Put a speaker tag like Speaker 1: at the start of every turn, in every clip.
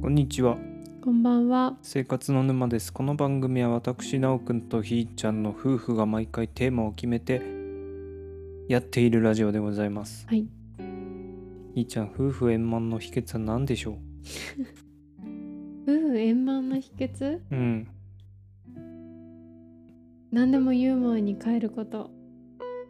Speaker 1: こんにちは
Speaker 2: こんばんは。
Speaker 1: 生活の沼ですこの番組は私なおくんとひーちゃんの夫婦が毎回テーマを決めてやっているラジオでございます
Speaker 2: はい。
Speaker 1: ひーちゃん夫婦円満の秘訣は何でしょ
Speaker 2: 夫婦円満の秘訣
Speaker 1: ううん
Speaker 2: 何でもユーモアに変えること。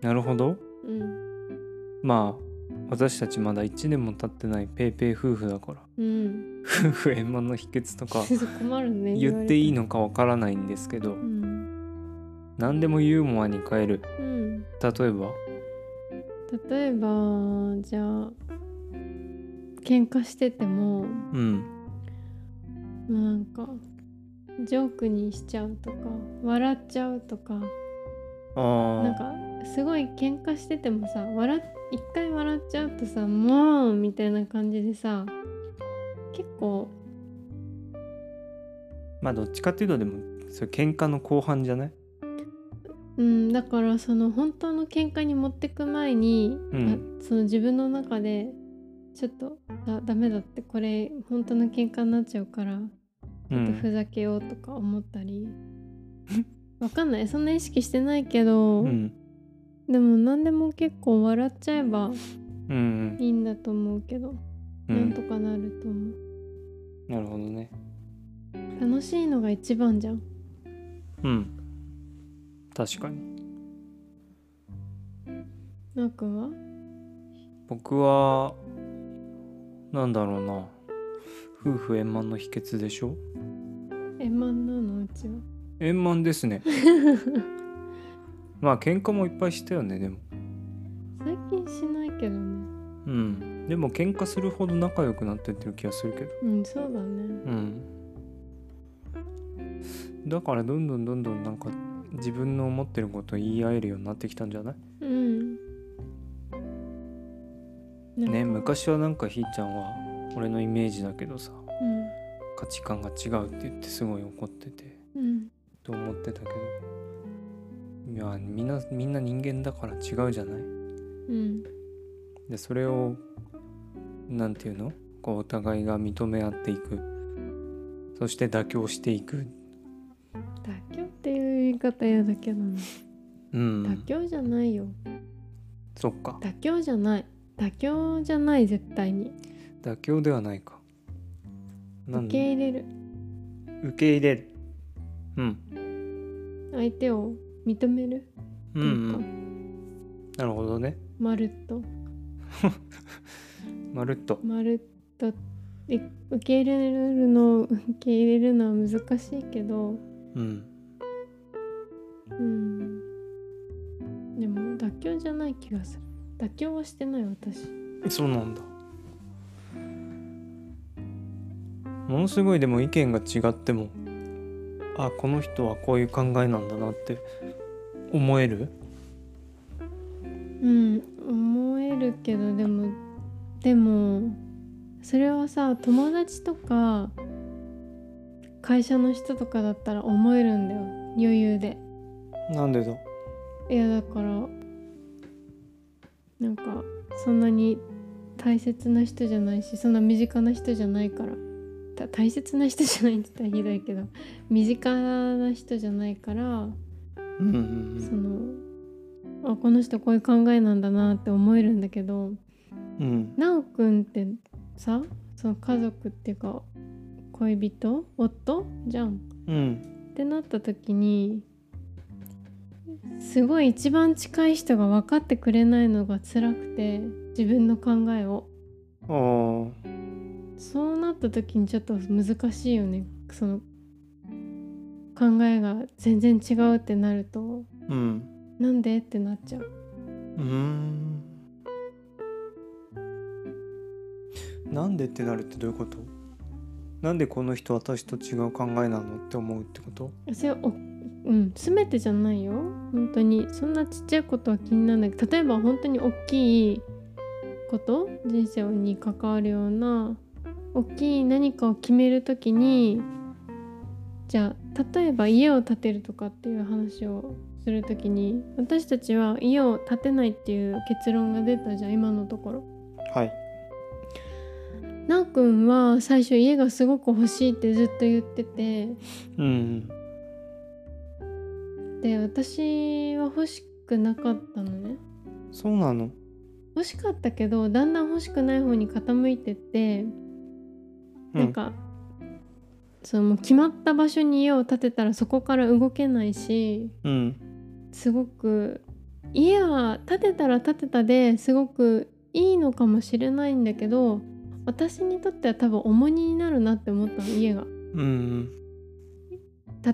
Speaker 1: なるほど
Speaker 2: うん。
Speaker 1: まあ私たちまだ1年も経ってないペーペー夫婦だから
Speaker 2: うん。
Speaker 1: 夫婦円満の秘訣と か
Speaker 2: 困るね。
Speaker 1: 言っていい
Speaker 2: の
Speaker 1: のかわからないんですけど
Speaker 2: うん。
Speaker 1: 何でもユーモアに変える
Speaker 2: うん。
Speaker 1: 例えば
Speaker 2: 例えば、じゃあ、喧嘩してても、
Speaker 1: うん
Speaker 2: なんか、ジョークにしちゃうとか、笑っちゃうとか、なん
Speaker 1: あ
Speaker 2: か、すごい喧嘩しててもさ、笑っ一回笑っちゃうとさ、もうみたいな感じでさ、結構、
Speaker 1: ーまあどっちかっていうとでもそれ喧嘩の後半じゃない
Speaker 2: うん、だからその本当の喧嘩に持ってく前に、
Speaker 1: うん
Speaker 2: あその自分の中でちょっとだダメだってこれ本当の喧嘩になっちゃうから
Speaker 1: う
Speaker 2: ちょっとふ
Speaker 1: ん、
Speaker 2: ざけようとか思ったり、 わかんないそんな意識してないけど、
Speaker 1: うん
Speaker 2: でも何でも結構笑っちゃえば
Speaker 1: うん
Speaker 2: いいんだと思うけど、
Speaker 1: う
Speaker 2: なん
Speaker 1: ん
Speaker 2: とかなると思う
Speaker 1: なるほどね
Speaker 2: 楽しいのが一番じゃん
Speaker 1: うん確かに
Speaker 2: なーくんは
Speaker 1: 僕はなんだろうな夫婦円満の秘訣でしょ
Speaker 2: 円満なのうちは
Speaker 1: 円満です ねまあ喧嘩もいっぱいしたよねでも
Speaker 2: 最近しないけど
Speaker 1: う
Speaker 2: ね
Speaker 1: んでも喧嘩するほど仲良くなってってる気がするけど
Speaker 2: うんそうだ
Speaker 1: う
Speaker 2: ね
Speaker 1: んだからどんどんどんどんなんか自分の思ってることを言い合えるようになってきたんじゃない
Speaker 2: うん。なんか
Speaker 1: ね。昔はなんかひーちゃんは俺のイメージだけどさ
Speaker 2: うん。
Speaker 1: 価値観が違うって言ってすごい怒ってて
Speaker 2: うん。
Speaker 1: と思ってたけどいやみんなみんな人間だから違うじゃない
Speaker 2: うん。
Speaker 1: でそれをなんていうのこうお互いが認め合っていくそして妥協していく、
Speaker 2: 妥協っていう言い方やだけどな。
Speaker 1: うん、
Speaker 2: 妥協じゃないよ。
Speaker 1: そっか
Speaker 2: 妥協じゃない。妥協じゃない絶対に。
Speaker 1: 妥協ではないかなん
Speaker 2: 受け入れる。
Speaker 1: 受け入れる、うん、
Speaker 2: 相手を認める。
Speaker 1: うん
Speaker 2: な
Speaker 1: うん
Speaker 2: か
Speaker 1: なるほどね
Speaker 2: まるっと。
Speaker 1: まるっと
Speaker 2: まるっと。で受け入れるの受け入れるのは難しいけど、
Speaker 1: うん
Speaker 2: うん、でも妥協じゃない気がする妥協はしてない私
Speaker 1: そうなんだものすごいでも意見が違ってもあこの人はこういう考えなんだなって思える
Speaker 2: うん思えるけどでもでもそれはさ友達とか会社の人とかだったら思えるんだよ余裕で
Speaker 1: なんでだ
Speaker 2: いやだからなんかそんなに大切な人じゃないしそんな身近な人じゃないからた大切な人じゃないって言ったらひどいけど身近な人じゃないから
Speaker 1: うんうん
Speaker 2: そのあこの人こういう考えなんだなって思えるんだけ
Speaker 1: う
Speaker 2: ど
Speaker 1: んうん
Speaker 2: なおくんってさその家族っていうか恋人夫じゃん
Speaker 1: うん
Speaker 2: ってなった時にすごい一番近い人が分かってくれないのが辛くて自分の考えを
Speaker 1: ああ
Speaker 2: そうなった時にちょっと難しいよねその考えが全然違うってなると
Speaker 1: うん
Speaker 2: なんでってなっちゃう
Speaker 1: うんなんでってなるってどういうことなんでこの人私と違う考えなのって思うってこと
Speaker 2: それおうん、全てじゃないよ本当にそんなちっちゃいことは気にならない例えば本当に大きいこと人生に関わるような大きい何かを決めるときにじゃあ例えば家を建てるとかっていう話をするときに私たちは家を建てないっていう結論が出たじゃん今のところ
Speaker 1: はい
Speaker 2: なおくんは最初家がすごく欲しいってずっと言ってて
Speaker 1: うん
Speaker 2: で私は欲しくなかったのね
Speaker 1: そうなの
Speaker 2: 欲しかったけどだんだん欲しくない方に傾いてって、
Speaker 1: うん
Speaker 2: なんかそのもう決まった場所に家を建てたらそこから動けないし
Speaker 1: うん
Speaker 2: すごく家は建てたら建てたですごくいいのかもしれないんだけど私にとっては多分重荷になるなって思ったの家が
Speaker 1: うん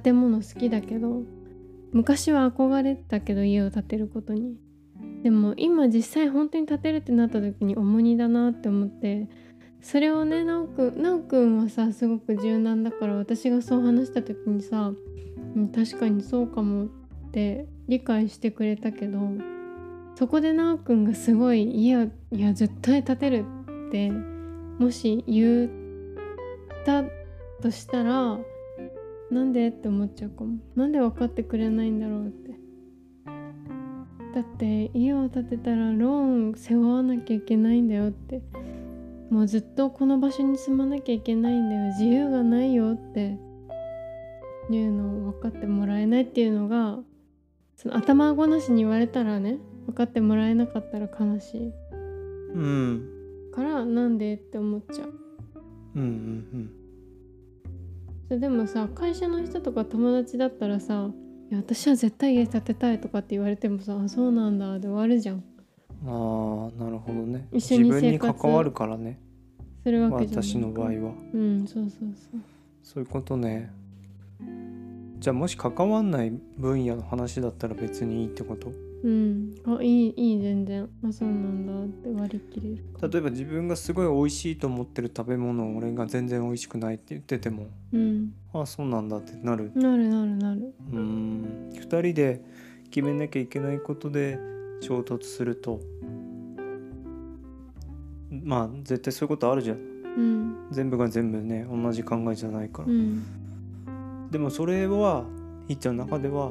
Speaker 2: 建物好きだけど昔は憧れてたけど家を建てることにでも今実際本当に建てるってなった時に重荷だなって思ってそれをね奈くん奈くんはさすごく柔軟だから私がそう話した時にさうん確かにそうかもって理解してくれたけどそこで奈くんがすごい家をいや絶対建てるってもし言ったとしたらなんでって思っちゃうかもなんで分かってくれないんだろうってだって家を建てたらローン背負わなきゃいけないんだよってもうずっとこの場所に住まなきゃいけないんだよ自由がないよっていうのを分かってもらえないっていうのがその頭ごなしに言われたらね分かってもらえなかったら悲しい
Speaker 1: うんうん
Speaker 2: からなんでって思っちゃう
Speaker 1: うんうん
Speaker 2: それでもさ会社の人とか友達だったらさ「いや私は絶対家建てたい」とかって言われてもさ「あそうなんだ」で終わるじゃん
Speaker 1: ああなるほどね
Speaker 2: 一緒
Speaker 1: 自
Speaker 2: に
Speaker 1: 分
Speaker 2: 生活
Speaker 1: に関わるからね
Speaker 2: するわけじゃん
Speaker 1: 私の場合は
Speaker 2: うんそうそうそう
Speaker 1: そういうことねじゃあもし関わんない分野の話だったら別にいいってこと
Speaker 2: うんあいいいい全然あそうなんだって割り切れるか
Speaker 1: 例えば自分がすごい美味しいと思ってる食べ物を俺が全然美味しくないって言ってても
Speaker 2: うん
Speaker 1: ああそうなんだってなる
Speaker 2: なるなるなる
Speaker 1: うーん2人で決めなきゃいけないことで衝突するとまあ絶対そういうことあるじゃん
Speaker 2: うん
Speaker 1: 全部が全部ね同じ考えじゃないから、
Speaker 2: うん
Speaker 1: でもそれはひっちゃんの中では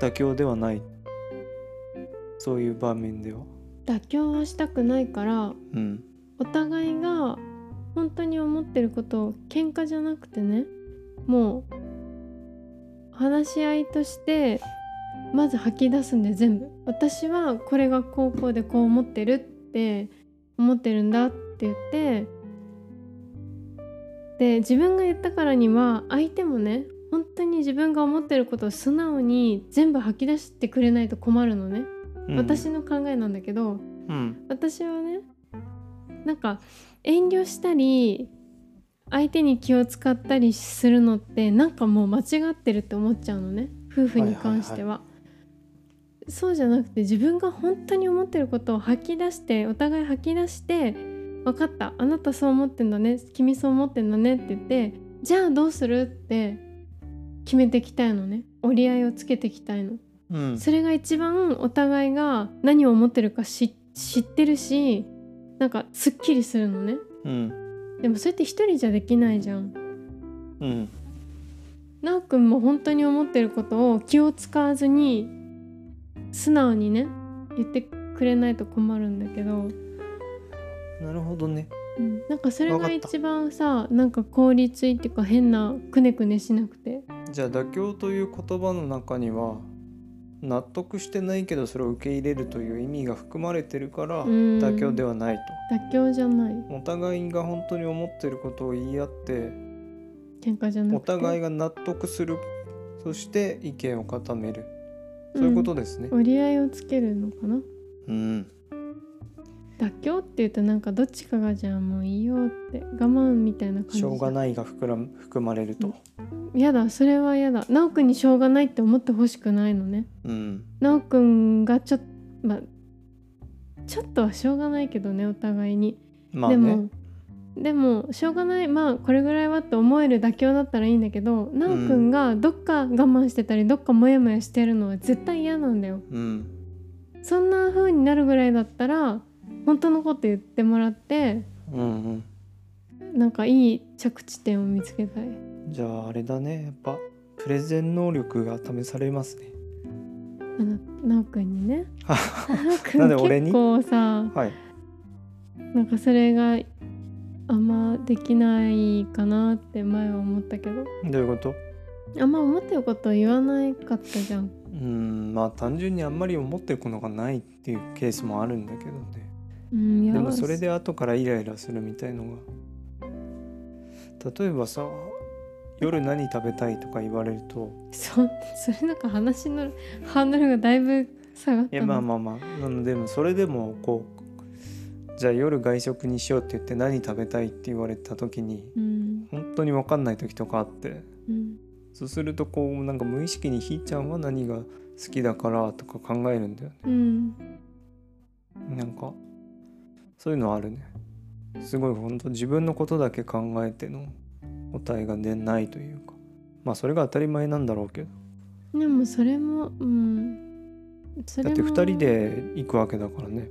Speaker 1: 妥協ではないそういう場面では
Speaker 2: 妥協はしたくないから
Speaker 1: うん
Speaker 2: お互いが本当に思ってることを喧嘩じゃなくてねもう話し合いとしてまず吐き出すんで全部私はこれがこうこうでこう思ってるって思ってるんだって言ってで自分が言ったからには相手もね本当に自分が思ってることを素直に全部吐き出してくれないと困るのね、
Speaker 1: うん
Speaker 2: 私の考えなんだけど
Speaker 1: うん
Speaker 2: 私はねなんか遠慮したり相手に気を使ったりするのってなんかもう間違ってるって思っちゃうのね夫婦に関しては。そうじゃなくて自分が本当に思ってることを吐き出してお互い吐き出して「分かったあなたそう思ってんだね君そう思ってんだね」って言って「じゃあどうする?」って決めていきたいのね折り合いをつけていきたいの。
Speaker 1: うん
Speaker 2: それが一番お互いが何を思ってるかし知ってるしなんかすっきりするのね
Speaker 1: うん
Speaker 2: でもそれって一人じゃできないじゃん
Speaker 1: うん
Speaker 2: なおくんも本当に思ってることを気を使わずに素直にね言ってくれないと困るんだけど、
Speaker 1: なるほどね
Speaker 2: うん、なんかそれ
Speaker 1: わ
Speaker 2: が
Speaker 1: かった
Speaker 2: 一番さなんか効率いいっていうか変なくねくねしなくて
Speaker 1: じゃあ妥協という言葉の中には納得してないけどそれを受け入れるという意味が含まれてるから
Speaker 2: うん
Speaker 1: 妥協ではない
Speaker 2: 妥協じゃない
Speaker 1: とお互いが本当に思ってることを言い合って
Speaker 2: 喧嘩じゃなくて
Speaker 1: お互いが納得するそして意見を固めるそういうことですね
Speaker 2: 折り合いをつけるのかな
Speaker 1: うん
Speaker 2: 妥協っていうとなんかどっちかがじゃあもういいよって我慢みたいな感じ
Speaker 1: しょうが
Speaker 2: い
Speaker 1: ないが膨らむ含まれると
Speaker 2: やだそれはやだ奈くんにしょうがないって思ってほしくないのね
Speaker 1: うん
Speaker 2: 奈くんがちょっまあちょっとはしょうがないけどねお互いに、
Speaker 1: まあね
Speaker 2: でもでもしょうがないまあこれぐらいはって思える妥協だったらいいんだけど奈くんがどっか我慢してたりどっかモヤモヤしてるのは絶対嫌なんだよ
Speaker 1: うん
Speaker 2: そんな風になるぐらいだったら本当のこと言ってもらって
Speaker 1: うん
Speaker 2: なんかいい着地点を見つけたい
Speaker 1: うんじゃああれだねやっぱプレゼン能力が試されますね
Speaker 2: あのなおくんにねなおく
Speaker 1: なんで俺
Speaker 2: ん
Speaker 1: に
Speaker 2: 結構さ
Speaker 1: はい
Speaker 2: なんかそれがあんまできないかなって前は思ったけど
Speaker 1: どういうこと
Speaker 2: あんま思ってること言わないかったじゃん
Speaker 1: うんまあ単純にあんまり思ってることがないっていうケースもあるんだけどね
Speaker 2: うんいや
Speaker 1: でもそれで後からイライラするみたいのが例えばさ夜何食べたいとか言われると
Speaker 2: そんそれなんか話のハードルがだいぶ下がっ
Speaker 1: い
Speaker 2: た
Speaker 1: や
Speaker 2: な
Speaker 1: まあまあまあなのでもそれでもこうじゃあ夜外食にしようって言って何食べたいって言われた時に
Speaker 2: うん
Speaker 1: 本当に分かんない時とかあって
Speaker 2: うん
Speaker 1: そうするとこうなんか無意識にひーちゃんは何が好きだからとか考えるんだよね
Speaker 2: うん
Speaker 1: なんかそういうのあるねすごい本当自分のことだけ考えての答えが出ないというかまあそれが当たり前なんだろうけど
Speaker 2: でもそれもうんそ
Speaker 1: だ
Speaker 2: れ
Speaker 1: っ
Speaker 2: も
Speaker 1: て2人で行くわけだからね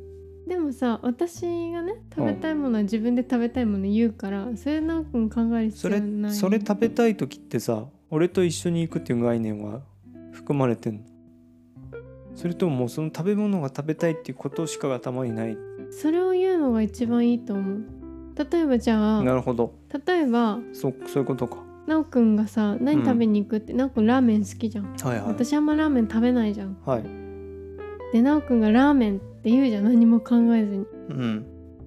Speaker 2: でもさ私がね食べたいものは自分で食べたいもの言うから、それなんかも考える必
Speaker 1: そ
Speaker 2: 要
Speaker 1: れ
Speaker 2: ない
Speaker 1: それ食べたい時ってさ俺と一緒に行くっていう概念は含まれてんのそれとももうその食べ物が食べたいっていうことしか頭にない
Speaker 2: それを言うのが一番いいと思う例えばじゃあ
Speaker 1: なるほど
Speaker 2: 例えば
Speaker 1: そそういうことか
Speaker 2: なおくんがさ何食べに行くって、なおくんラーメン好きじゃん
Speaker 1: はいはい
Speaker 2: 私あんまラーメン食べないじゃん
Speaker 1: はい
Speaker 2: でなおくんがラーメンって言うじゃん何も考えずに
Speaker 1: うん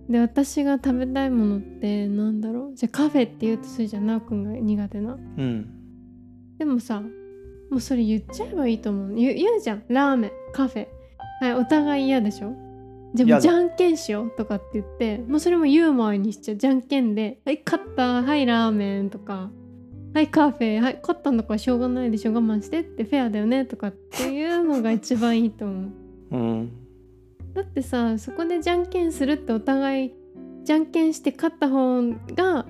Speaker 2: で私が食べたいものってなんだろうじゃあカフェって言うとするじゃんなおくんが苦手な
Speaker 1: うん
Speaker 2: でもさもうそれ言っちゃえばいいと思う言う言うじゃんラーメンカフェはいお互い嫌でしょじゃ
Speaker 1: 嫌
Speaker 2: あも
Speaker 1: だ
Speaker 2: うじゃんけんしようとかって言ってもうそれもユーモアにしちゃうじゃんけんで「はい勝ったはいラーメン」とか「はいカフェはい勝ったんだからしょうがないでしょ我慢して」ってフェアだよねとかっていうのが一番いいと思う
Speaker 1: う ん
Speaker 2: だってさそこでじゃんけんするってお互いじゃんけんして勝った方が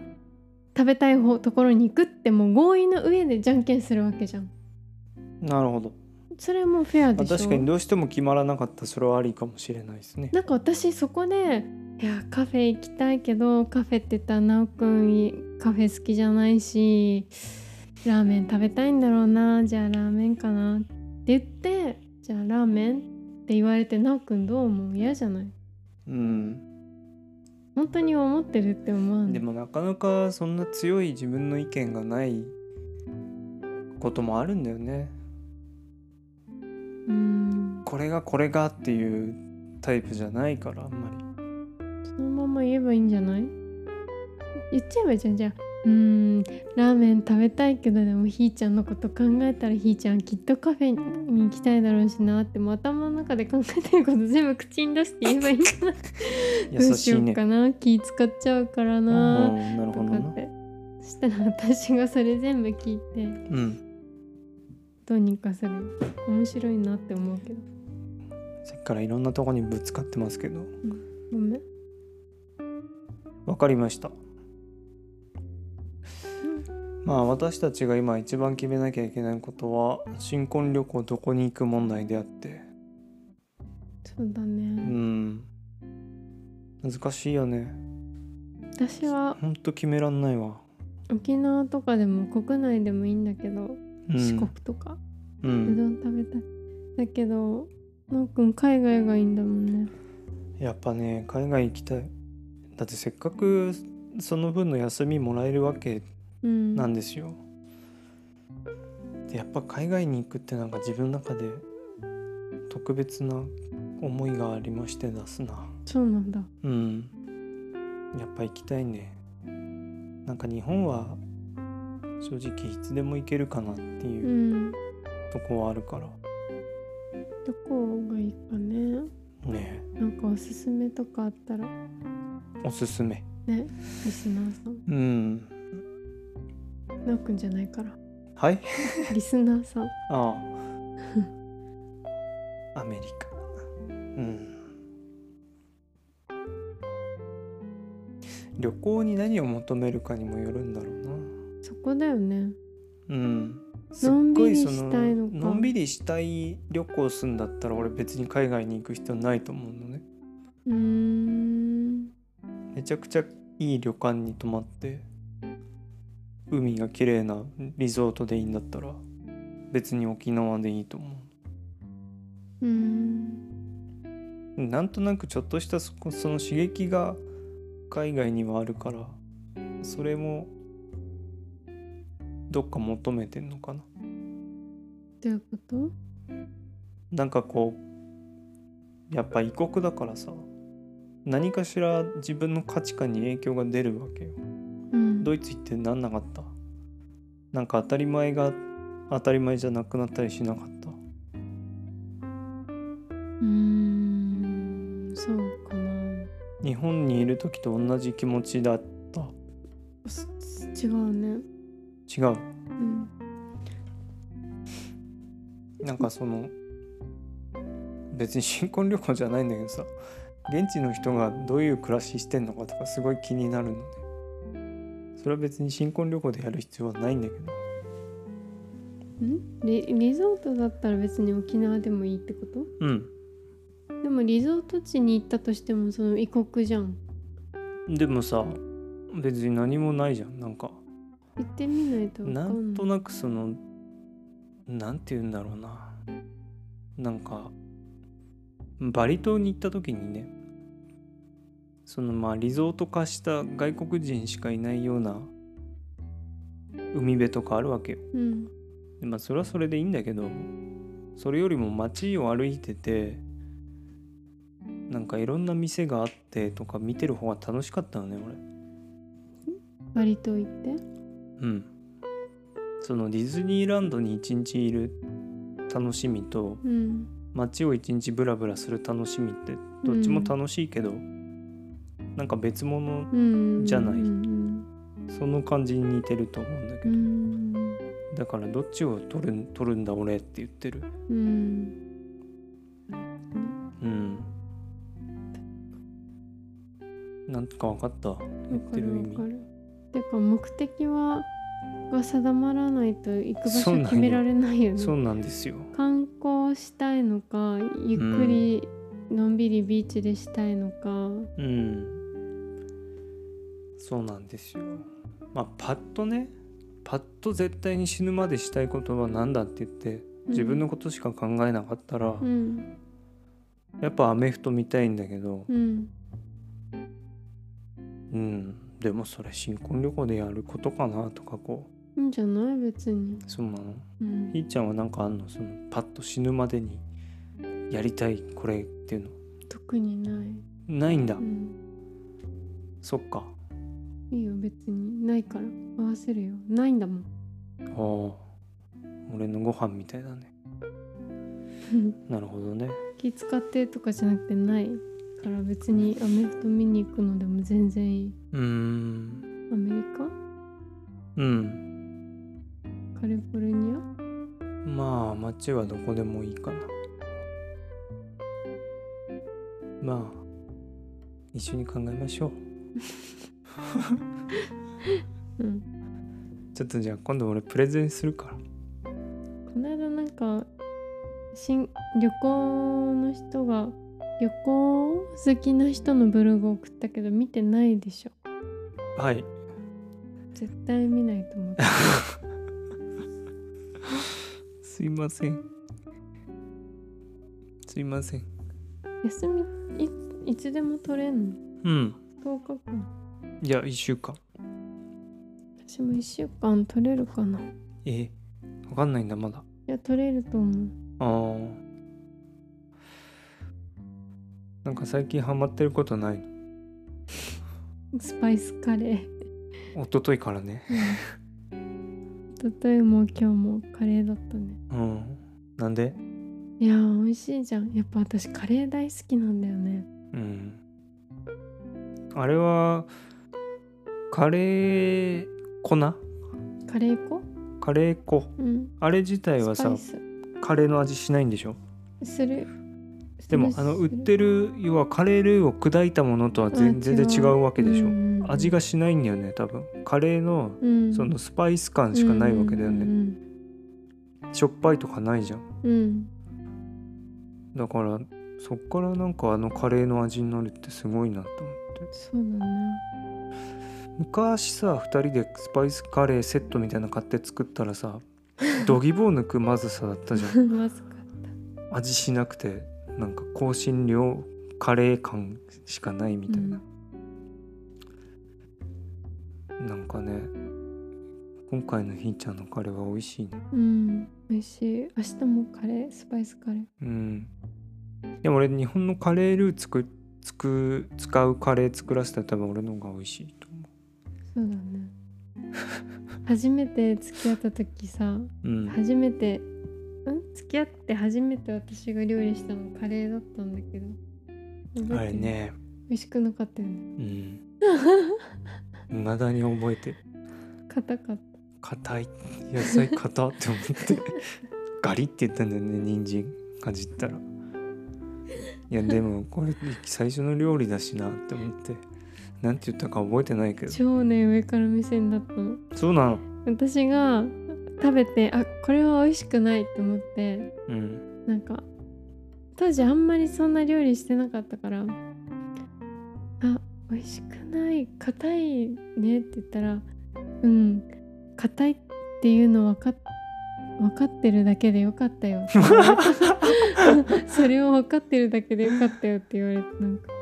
Speaker 2: 食べたい方ところに行くってもう合意の上でじゃんけんするわけじゃん
Speaker 1: なるほど
Speaker 2: それもフェア
Speaker 1: ま
Speaker 2: で
Speaker 1: あ
Speaker 2: しょ
Speaker 1: 確かにどうしても決まらなかったそれはありかもしれないですね
Speaker 2: なんか私そこでいやカフェ行きたいけどカフェって言ったら奈くんカフェ好きじゃないしラーメン食べたいんだろうなじゃあラーメンかなって言ってじゃあラーメンって言われて奈くんどう思う嫌じゃない
Speaker 1: うん
Speaker 2: 本当に思ってるって思わない
Speaker 1: でもなかなかそんな強い自分の意見がないこともあるんだよね
Speaker 2: うん
Speaker 1: これがこれがっていうタイプじゃないからあんまり
Speaker 2: そのまま言えばいいんじゃない言っちゃえばいいじゃんじゃあうーんラーメン食べたいけどでもひーちゃんのこと考えたらひーちゃんきっとカフェに行きたいだろうしなってもう頭の中で考えてること全部口に出して言えばいいんじゃないど
Speaker 1: 優
Speaker 2: うし
Speaker 1: し
Speaker 2: よ
Speaker 1: いうね
Speaker 2: かな気使っちゃうから
Speaker 1: うん
Speaker 2: な
Speaker 1: なる
Speaker 2: と
Speaker 1: ほど
Speaker 2: かっ
Speaker 1: な
Speaker 2: てそしたら私がそれ全部聞いて
Speaker 1: うん
Speaker 2: どうにかする面白いなって思うけど
Speaker 1: さっきからいろんなとこにぶつかってますけど
Speaker 2: ごめん
Speaker 1: わかりましたまあ私たちが今一番決めなきゃいけないことは新婚旅行どこに行く問題であって
Speaker 2: そうだ
Speaker 1: う
Speaker 2: ね
Speaker 1: ん難しいよね
Speaker 2: 私は
Speaker 1: ほんと決めらんないわ、
Speaker 2: 沖縄とかでも国内でもいいんだけど、
Speaker 1: うん、
Speaker 2: 四国とか
Speaker 1: う
Speaker 2: うど
Speaker 1: ん
Speaker 2: ん食べたいだけどのっくん海外がいいんだもんね
Speaker 1: やっぱね海外行きたいだってせっかくその分の休みもらえるわけ
Speaker 2: うん
Speaker 1: なんですよ。でやっぱ海外に行くってなんか自分の中で特別な思いがありまして出すな。
Speaker 2: そうなんだ
Speaker 1: うん。やっぱ行きたいね。なんか日本は正直いつでも行けるかなって
Speaker 2: う
Speaker 1: いうんとこはあるから。
Speaker 2: どこがいいかね
Speaker 1: ね
Speaker 2: なんかおすすめとかあったら
Speaker 1: えおすすめ。
Speaker 2: ねリスナーさん
Speaker 1: うん。
Speaker 2: のっくんじゃないから
Speaker 1: はい
Speaker 2: リスナーさん
Speaker 1: あ あ。アメリカ。うん。旅行に何を求めるかにもよるんだろうな。
Speaker 2: そこだよね
Speaker 1: うん。
Speaker 2: のんびり
Speaker 1: すっごそ
Speaker 2: したいのか
Speaker 1: のんびりしたい旅行するんだったら俺別に海外に行く必要ないと思うのね。
Speaker 2: うーん
Speaker 1: めちゃくちゃいい旅館に泊まって海が綺麗なリゾートでいいんだったら別に沖縄でいいと思う。
Speaker 2: うん
Speaker 1: なんとなくちょっとしたそこその刺激が海外にはあるからそれもどっか求めてんのかな
Speaker 2: どういうこと
Speaker 1: なんかこうやっぱ異国だからさ何かしら自分の価値観に影響が出るわけよ
Speaker 2: うん
Speaker 1: ドイツ行ってなんなかったなんか当たり前が当たり前じゃなくなったりしなかった
Speaker 2: うーんそうかな
Speaker 1: 日本にいる時と同じ気持ちだった
Speaker 2: す違うね
Speaker 1: 違う
Speaker 2: うん
Speaker 1: なんかその別に新婚旅行じゃないんだけどさ現地の人がどういう暮らししてんのかとかすごい気になるのねそれは別に新婚旅行でやる必要はないんだけど
Speaker 2: んリリゾートだったら別に沖縄でもいいってこと
Speaker 1: うん
Speaker 2: でもリゾート地に行ったとしてもその異国じゃん
Speaker 1: でもさ別に何もないじゃんなんか
Speaker 2: 行ってみないと分か
Speaker 1: なんん
Speaker 2: な
Speaker 1: と
Speaker 2: い
Speaker 1: なくそのなんて言うんだろうななんかバリ島に行った時にねそのまあリゾート化した外国人しかいないような海辺とかあるわけよ。
Speaker 2: うん
Speaker 1: でまあそれはそれでいいんだけどそれよりも街を歩いててなんかいろんな店があってとか見てる方が楽しかったのね俺。
Speaker 2: 割と行って
Speaker 1: うん、そのディズニーランドに一日いる楽しみと
Speaker 2: うん
Speaker 1: 街を一日ブラブラする楽しみってどっちも楽しいけど、なんか別物
Speaker 2: うん
Speaker 1: じゃない
Speaker 2: うん
Speaker 1: その感じに似てると思うんだけ
Speaker 2: う
Speaker 1: ど、
Speaker 2: ん
Speaker 1: だからどっちを取る取るんだ俺って言ってる
Speaker 2: うん
Speaker 1: うんなんか分かった言
Speaker 2: わ
Speaker 1: っ
Speaker 2: か
Speaker 1: てる
Speaker 2: る
Speaker 1: 意
Speaker 2: わ
Speaker 1: 味
Speaker 2: かるてか目的はが定まらないと行く場
Speaker 1: そうなん
Speaker 2: 所
Speaker 1: よ
Speaker 2: 決められないよね
Speaker 1: そうなんですよ
Speaker 2: 観光したいのかゆっくりのんびりビーチでしたいのか、
Speaker 1: うんそうなんですよまあパッとねパッと絶対に死ぬまでしたいことは何だって言って自分のことしか考えなかったら、
Speaker 2: うん
Speaker 1: やっぱアメフト見たいんだけど
Speaker 2: うん
Speaker 1: うんでもそれ新婚旅行でやることかなとかこ
Speaker 2: いいんじゃない別に、
Speaker 1: うそうなの
Speaker 2: うん、
Speaker 1: ひーちゃんはなんかあんのそのパッと死ぬまでにやりたいこれっていうの
Speaker 2: 特にない、
Speaker 1: ないんだ、
Speaker 2: うん、
Speaker 1: そっか
Speaker 2: いいよ別にないから合わせるよないんだもん
Speaker 1: ああ俺のご飯みたいだ ねなるほどね
Speaker 2: 気使ってとかじゃなくてないから別にアメフト見に行くのでも全然いいう
Speaker 1: ーん
Speaker 2: アメリ
Speaker 1: うん
Speaker 2: カカリフォルニア
Speaker 1: まあ街はどこでもいいかなまあ一緒に考えましょう
Speaker 2: うん
Speaker 1: ちょっとじゃあ今度俺プレゼンするから
Speaker 2: この間なんか新旅行の人が旅行好きな人のブログ送ったけど見てないでしょ
Speaker 1: はい
Speaker 2: 絶対見ないと思って
Speaker 1: すいませんすいません
Speaker 2: 休みいいつでも取れんの
Speaker 1: うん
Speaker 2: 10日間
Speaker 1: いや1週間
Speaker 2: 私も1週間取れるかない
Speaker 1: えわかんないんだまだ
Speaker 2: や取れると思う
Speaker 1: あーなんか最近ハマってることないの
Speaker 2: スパイスカレー
Speaker 1: 一昨日からね
Speaker 2: 例えも今日もカレーだったね
Speaker 1: うんなんで
Speaker 2: いやー美味しいじゃんやっぱ私カレー大好きなんだよね
Speaker 1: うんあれはカレー粉
Speaker 2: カレー粉
Speaker 1: カレー粉
Speaker 2: うん
Speaker 1: あれ自体は
Speaker 2: スパ
Speaker 1: さ
Speaker 2: イス
Speaker 1: カレーの味しないんでしょ
Speaker 2: する
Speaker 1: でもあの売ってる要はカレールーを砕いたものとは全全然違うわけでしょ、
Speaker 2: ょ
Speaker 1: 味がしないんだよね多分カレーのそのスパイス感しかないわけだよね、
Speaker 2: ね
Speaker 1: しょっぱいとかないじゃん
Speaker 2: うん
Speaker 1: だからそっからなんかあのカレーの味になるってすごいなと思って
Speaker 2: そうだね
Speaker 1: 昔さ2人でスパイスカレーセットみたいなの買って作ったら さどぎぼう抜くまずさだったじゃん
Speaker 2: まずかった
Speaker 1: 味しなくてなんか香辛料カレー感しかないみたいな、なん今回のひーちゃんのカレーは美味しいね
Speaker 2: うん美味しい明日もカレースパイスカレー
Speaker 1: うんでも俺日本のカレールー作作使うカレー作らせたら多分俺の方が美味しいと思
Speaker 2: そうだね初めて付き合った時さ
Speaker 1: ううん
Speaker 2: 初めてん付き合って初めて私が料理したのカレーだったんだけど覚え
Speaker 1: あ
Speaker 2: て
Speaker 1: れ
Speaker 2: る
Speaker 1: ね
Speaker 2: 美味しくなかったよね
Speaker 1: うん未だに覚えてる
Speaker 2: 硬かった
Speaker 1: 硬い野菜硬って思ってガリって言ったんだよね人参かじったらいやでもこれ最初の料理だしなって思ってなんて言ったか覚えてないけど
Speaker 2: 超ね上から目線だったの
Speaker 1: そうなの
Speaker 2: 私が食べてあこれは美味しくないと思って
Speaker 1: うん
Speaker 2: なんか当時あんまりそんな料理してなかったからあ美味しくない硬いねって言ったらうん硬いっていうの分かっ分かってるだけでよかったよって 言われてそれを分かってるだけでよかったよって言われてなんか、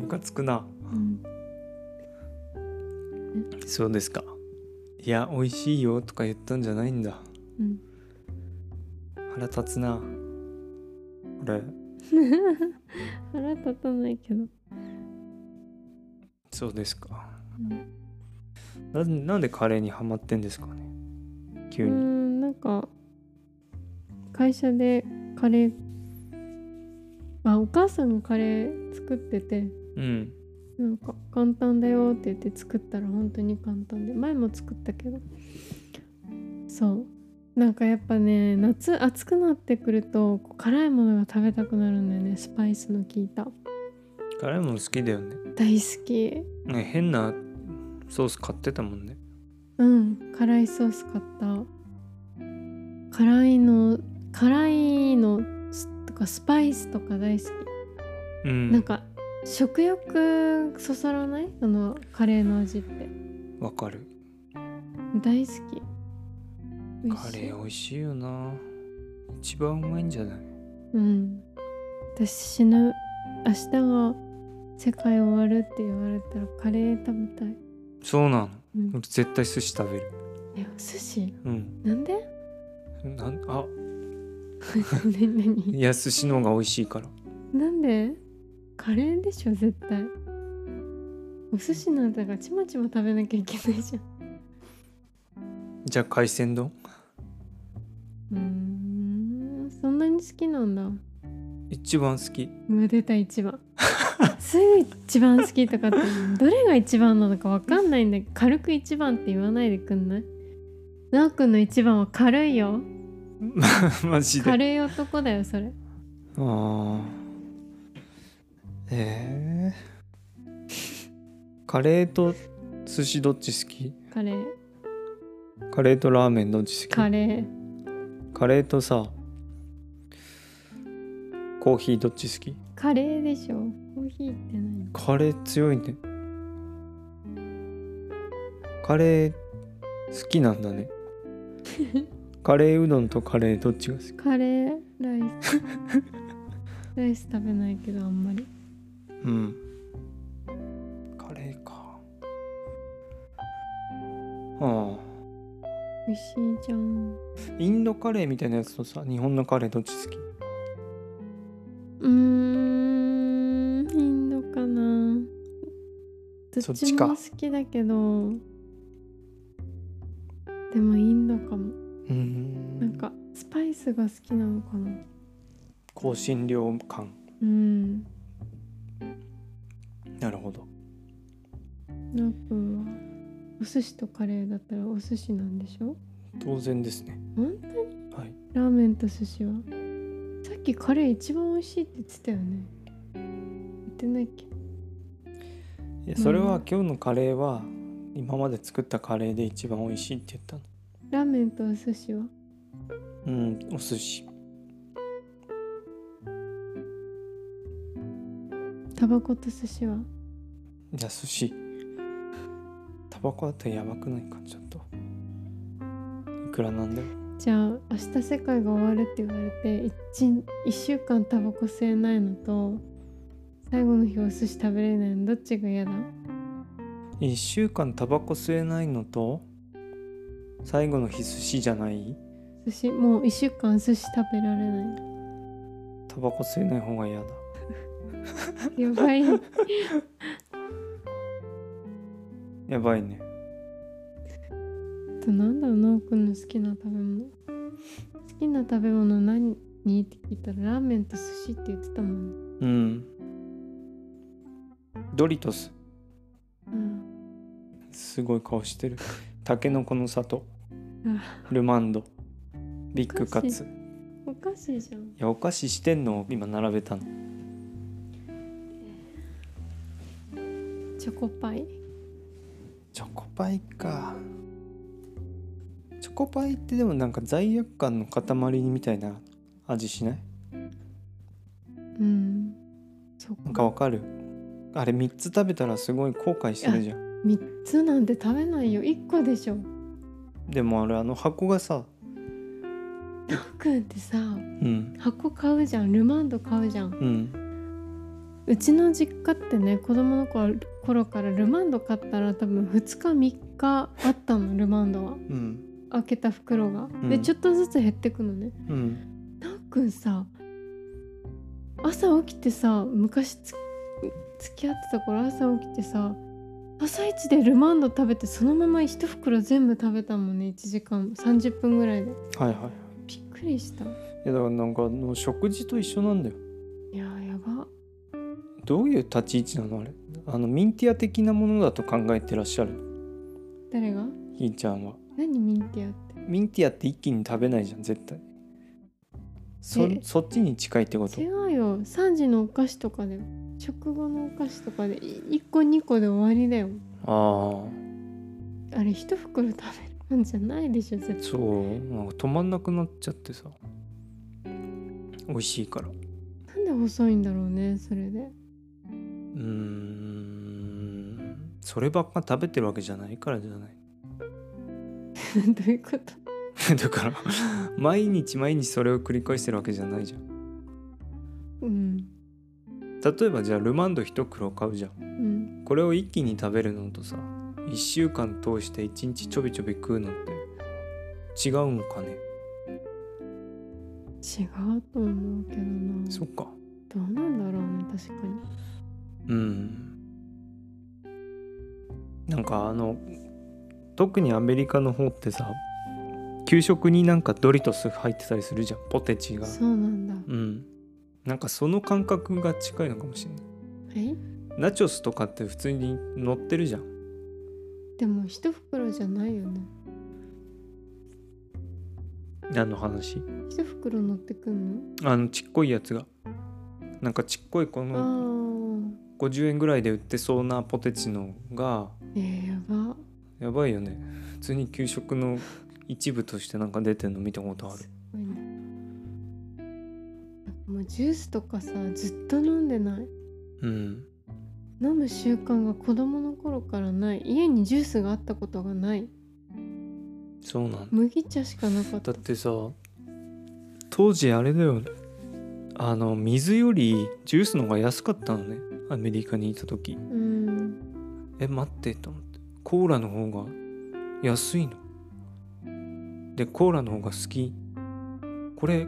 Speaker 1: ムカつくな
Speaker 2: うん、
Speaker 1: そうですかいや美味しいよとか言ったんじゃないんだ
Speaker 2: うん
Speaker 1: 腹立つな俺
Speaker 2: 腹立たないけど、
Speaker 1: そうですか
Speaker 2: うん
Speaker 1: ななんでカレーにハマってんですかね
Speaker 2: う
Speaker 1: 急
Speaker 2: ー
Speaker 1: に
Speaker 2: んなんか会社でカレーあお母さんがカレー作ってて
Speaker 1: うん
Speaker 2: なんか簡単だよって言って作ったら本当に簡単で前も作ったけどそうなんかやっぱね夏暑くなってくるとこう辛いものが食べたくなるんだよねスパイスの効いた
Speaker 1: 辛いもの好きだよね
Speaker 2: 大好き
Speaker 1: ね変なソース買ってたもんね
Speaker 2: うん辛いソース買った辛いの辛いのすとかスパイスとか大好
Speaker 1: う
Speaker 2: き、
Speaker 1: ん
Speaker 2: なんか食欲そそらないあのカレーの味って
Speaker 1: わかる
Speaker 2: 大好き美味
Speaker 1: カ
Speaker 2: しい
Speaker 1: レー美味しいよな一番うまいんじゃない
Speaker 2: うん私死ぬ明日が世界終わるって言われたらカレー食べたい、
Speaker 1: そうなの
Speaker 2: うん
Speaker 1: 俺、絶対寿司食べる
Speaker 2: え寿司
Speaker 1: うん
Speaker 2: なんで
Speaker 1: なんあ
Speaker 2: 何何
Speaker 1: いや寿司の方が美味しいから
Speaker 2: なんでカレーでしょ絶対お寿司なんだからちまちま食べなきゃいけないじゃん
Speaker 1: じゃあ海鮮丼
Speaker 2: うーんそんなに好きなんだ
Speaker 1: 一番好き
Speaker 2: うわ出た一 番すぐ一番好きとかってどれが一番なのかわかんないんだけど軽く一番って言わないでくんないなおくんの一番は軽いよ
Speaker 1: マジで
Speaker 2: 軽い男だよそれ
Speaker 1: あーえー、カレーと寿司どっち好き
Speaker 2: カレー
Speaker 1: カレーとラーメンどっち好き
Speaker 2: カレー
Speaker 1: カレーとさコーヒーどっち好き
Speaker 2: カレーでしょコーヒーって何
Speaker 1: カレー強いねカレー好きなんだ ねカレーうどんとカレーどっちが好き
Speaker 2: カレーライス ライス食べないけどあんまり
Speaker 1: うんカレーかああ
Speaker 2: 美味しいじゃん
Speaker 1: インドカレーみたいなやつとさ日本のカレーどっち好き
Speaker 2: うーんインドかな
Speaker 1: そ
Speaker 2: ど
Speaker 1: っ
Speaker 2: っ
Speaker 1: ち
Speaker 2: ち
Speaker 1: か
Speaker 2: も好きだけどでもインドかも
Speaker 1: う
Speaker 2: なん
Speaker 1: ん
Speaker 2: かスパイスが好きなのかな
Speaker 1: 香辛料感
Speaker 2: うん
Speaker 1: なるほど
Speaker 2: なおくんはお寿司とカレーだったらお寿司なんでしょ
Speaker 1: 当然ですね
Speaker 2: 本
Speaker 1: はい
Speaker 2: 当ラーメンと寿司はさっきカレー一番美味しいって言ってたよね言ってないっけ
Speaker 1: いやそれは
Speaker 2: うん
Speaker 1: 今日のカレーは今まで作ったカレーで一番美味しいって言ったの
Speaker 2: ラーメンとお寿司は
Speaker 1: うんお寿司
Speaker 2: タバコと寿司は
Speaker 1: じゃあ寿司タバコだったらやばくないかちょっといくらなんでも
Speaker 2: じゃあ明日世界が終わるって言われて 1, 週間タバコ吸えないのと最後の日お寿司食べれないのどっちが嫌だ
Speaker 1: 1週間タバコ吸えないのと最後の日寿司じゃない
Speaker 2: 寿司もう1週間寿司食べられない
Speaker 1: タバコ吸えない方が嫌だ
Speaker 2: やばい
Speaker 1: やばいね
Speaker 2: となんだろうなおくんの好きな食べ物好きな食べ物何って聞いたらラーメンと寿司って言ってたもん、ね
Speaker 1: うんドリトス
Speaker 2: うん、
Speaker 1: すごい顔してるタケノコの里
Speaker 2: あ
Speaker 1: ルマンドビッグカツい
Speaker 2: おかしいじゃん
Speaker 1: やお菓子してんのを今並べたの
Speaker 2: チョコパイ
Speaker 1: チョコパイかチョコパイってでもなんか罪悪感の塊みたいな味しない
Speaker 2: うんそっ
Speaker 1: なんか
Speaker 2: か
Speaker 1: わかるあれ3つ食べたらすごい後悔するじゃん
Speaker 2: 3つなんて食べないよ1個でしょ
Speaker 1: でもあれあの箱がさ
Speaker 2: たおくんってさ
Speaker 1: うん
Speaker 2: 箱買うじゃんルマンド買うじゃん
Speaker 1: うん
Speaker 2: うちの実家ってね子供の頃頃からルマンド買ったら多分2日3日あったのルマンドは
Speaker 1: うん
Speaker 2: 開けた袋が、
Speaker 1: う
Speaker 2: で
Speaker 1: ん
Speaker 2: ちょっとずつ減ってくのね
Speaker 1: うん
Speaker 2: たっくんさ朝起きてさ昔つ付き合ってた頃朝起きてさ朝一でルマンド食べてそのまま一袋全部食べたもんね1時間30分ぐらいで
Speaker 1: はいはい
Speaker 2: びっくりしたい
Speaker 1: いやだからなんかあの食事と一緒なんだよ
Speaker 2: やーやば
Speaker 1: どういう立ち位置なのあれあのミンティア的なものだと考えてらっしゃる
Speaker 2: 誰が
Speaker 1: ひーちゃんは
Speaker 2: 何ミンティアって
Speaker 1: ミンティアって一気に食べないじゃん絶対そ
Speaker 2: え
Speaker 1: そっちに近いってこと
Speaker 2: 違うよ3時のお菓子とかで食後のお菓子とかで1個2個で終わりだよ
Speaker 1: ああ
Speaker 2: あれ一袋食べるもんじゃないでしょ絶対
Speaker 1: そうなんか止まんなくなっちゃってさ美味しいからう
Speaker 2: なんで細いんだろうねそれで
Speaker 1: ーんそればっか食べてるわけじゃないからじゃない
Speaker 2: どういうこ と
Speaker 1: だから毎日毎日それを繰り返してるわけじゃないじゃん
Speaker 2: うん
Speaker 1: 例えばじゃあルマンド一袋買うじゃん
Speaker 2: うん
Speaker 1: これを一気に食べるのとさ1週間通して1日ちょびちょび食うのって違うんかね
Speaker 2: 違うと思うけどな
Speaker 1: そっか
Speaker 2: どうなんだろうね確かに
Speaker 1: うんなんかあの特にアメリカの方ってさ給食になんかドリトス入ってたりするじゃんポテチが
Speaker 2: そうなんだ
Speaker 1: うんなんかその感覚が近いのかもしれない
Speaker 2: え
Speaker 1: ナチョスとかって普通に乗ってるじゃん
Speaker 2: でも一袋じゃないよね
Speaker 1: 何の話
Speaker 2: 一袋乗ってくんの
Speaker 1: あのちっこいやつがなんかちっこいこ
Speaker 2: あ
Speaker 1: の
Speaker 2: ー
Speaker 1: 50円ぐらいで売ってそうなポテチのが
Speaker 2: えー、やば
Speaker 1: やばいよね普通に給食の一部としてなんか出てるの見たことある
Speaker 2: すごいねもうジュースとかさずっと飲んでない
Speaker 1: うん
Speaker 2: 飲む習慣が子供の頃からない家にジュースがあったことがない
Speaker 1: そうなんだ
Speaker 2: 麦茶しかなかっ
Speaker 1: だ
Speaker 2: た
Speaker 1: ってさ当時あれだよあの水よりジュースの方が安かったのねアメリカにいた時
Speaker 2: うん
Speaker 1: え待ってと思ってコーラの方が安いのでコーラの方が好きこれ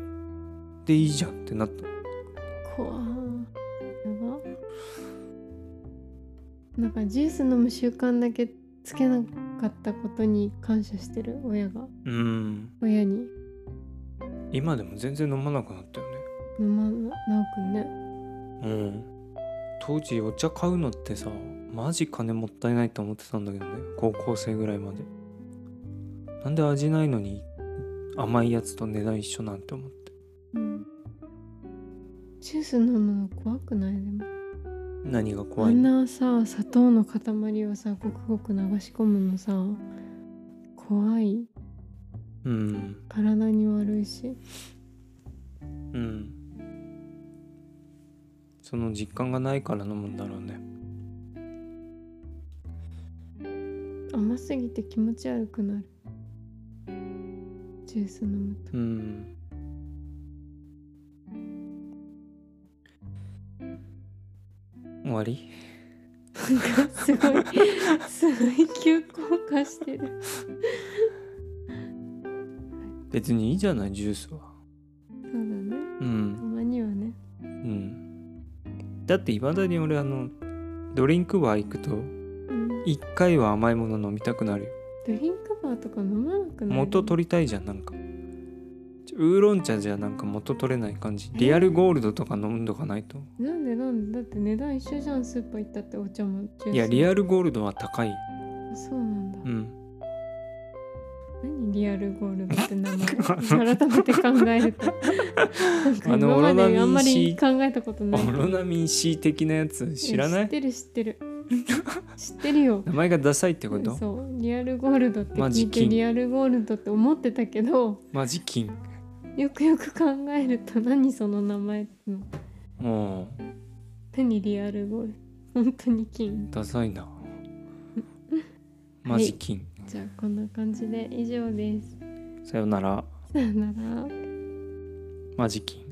Speaker 1: でいいじゃんってなった
Speaker 2: 怖ーやばなんかジュース飲む習慣だけつけなかったことに感謝してる親が
Speaker 1: うん
Speaker 2: 親に
Speaker 1: 今でも全然飲まなくなったよね
Speaker 2: 飲まな直くんね
Speaker 1: うん当時お茶買うのってさマジ金もったいないと思ってたんだけどね高校生ぐらいまでなんで味ないのに甘いやつと値段一緒なんて思って
Speaker 2: うんジュース飲むの怖くないでも
Speaker 1: 何が怖
Speaker 2: あ
Speaker 1: い
Speaker 2: ん
Speaker 1: の
Speaker 2: なさ砂糖の塊をさごくごく流し込むのさ怖い
Speaker 1: うん
Speaker 2: 体に悪いし
Speaker 1: うんその実感がないから飲むんだろうね
Speaker 2: 甘すぎて気持ち悪くなるジュース飲むと
Speaker 1: うん終わり
Speaker 2: なんかすごいすごい急降下してる
Speaker 1: 別にいいじゃないジュースは
Speaker 2: そうだね
Speaker 1: うん
Speaker 2: たまにはね
Speaker 1: うんだっていまだに俺あのドリンクバー行くと
Speaker 2: うんド
Speaker 1: 1回は甘いもの飲みたくなるよ
Speaker 2: リンクバーとか飲まなくなる
Speaker 1: 元取りたいじゃんなんかちょウーロン茶じゃなんか元取れない感じリアルゴールドとか飲んどかないと
Speaker 2: なんでなんでだって値段一緒じゃんスーパー行ったってお茶もジュースも
Speaker 1: いやリアルゴールドは高い
Speaker 2: そうなんだ、
Speaker 1: うん
Speaker 2: 何リアルゴールドって名前改めて考えるとなんか
Speaker 1: あの
Speaker 2: 今まであ
Speaker 1: オロ
Speaker 2: ん
Speaker 1: ナ
Speaker 2: ま
Speaker 1: ミン
Speaker 2: り
Speaker 1: C
Speaker 2: 考えたことない
Speaker 1: オロナミン C 的なやつ知らな
Speaker 2: え知っ
Speaker 1: い
Speaker 2: てる知ってる知ってるよ
Speaker 1: 名前がダサいってこと
Speaker 2: そうリアルゴールドって
Speaker 1: マ
Speaker 2: 聞
Speaker 1: ジ
Speaker 2: いて
Speaker 1: 金
Speaker 2: リアルゴールドって思ってたけど
Speaker 1: マジ金
Speaker 2: よくよく考えると何その名前っての
Speaker 1: も
Speaker 2: 何リアルゴールド本当に金
Speaker 1: うダサいなマジ金
Speaker 2: じゃあこんな感じで以上です
Speaker 1: さよなら
Speaker 2: さよなら
Speaker 1: マジ金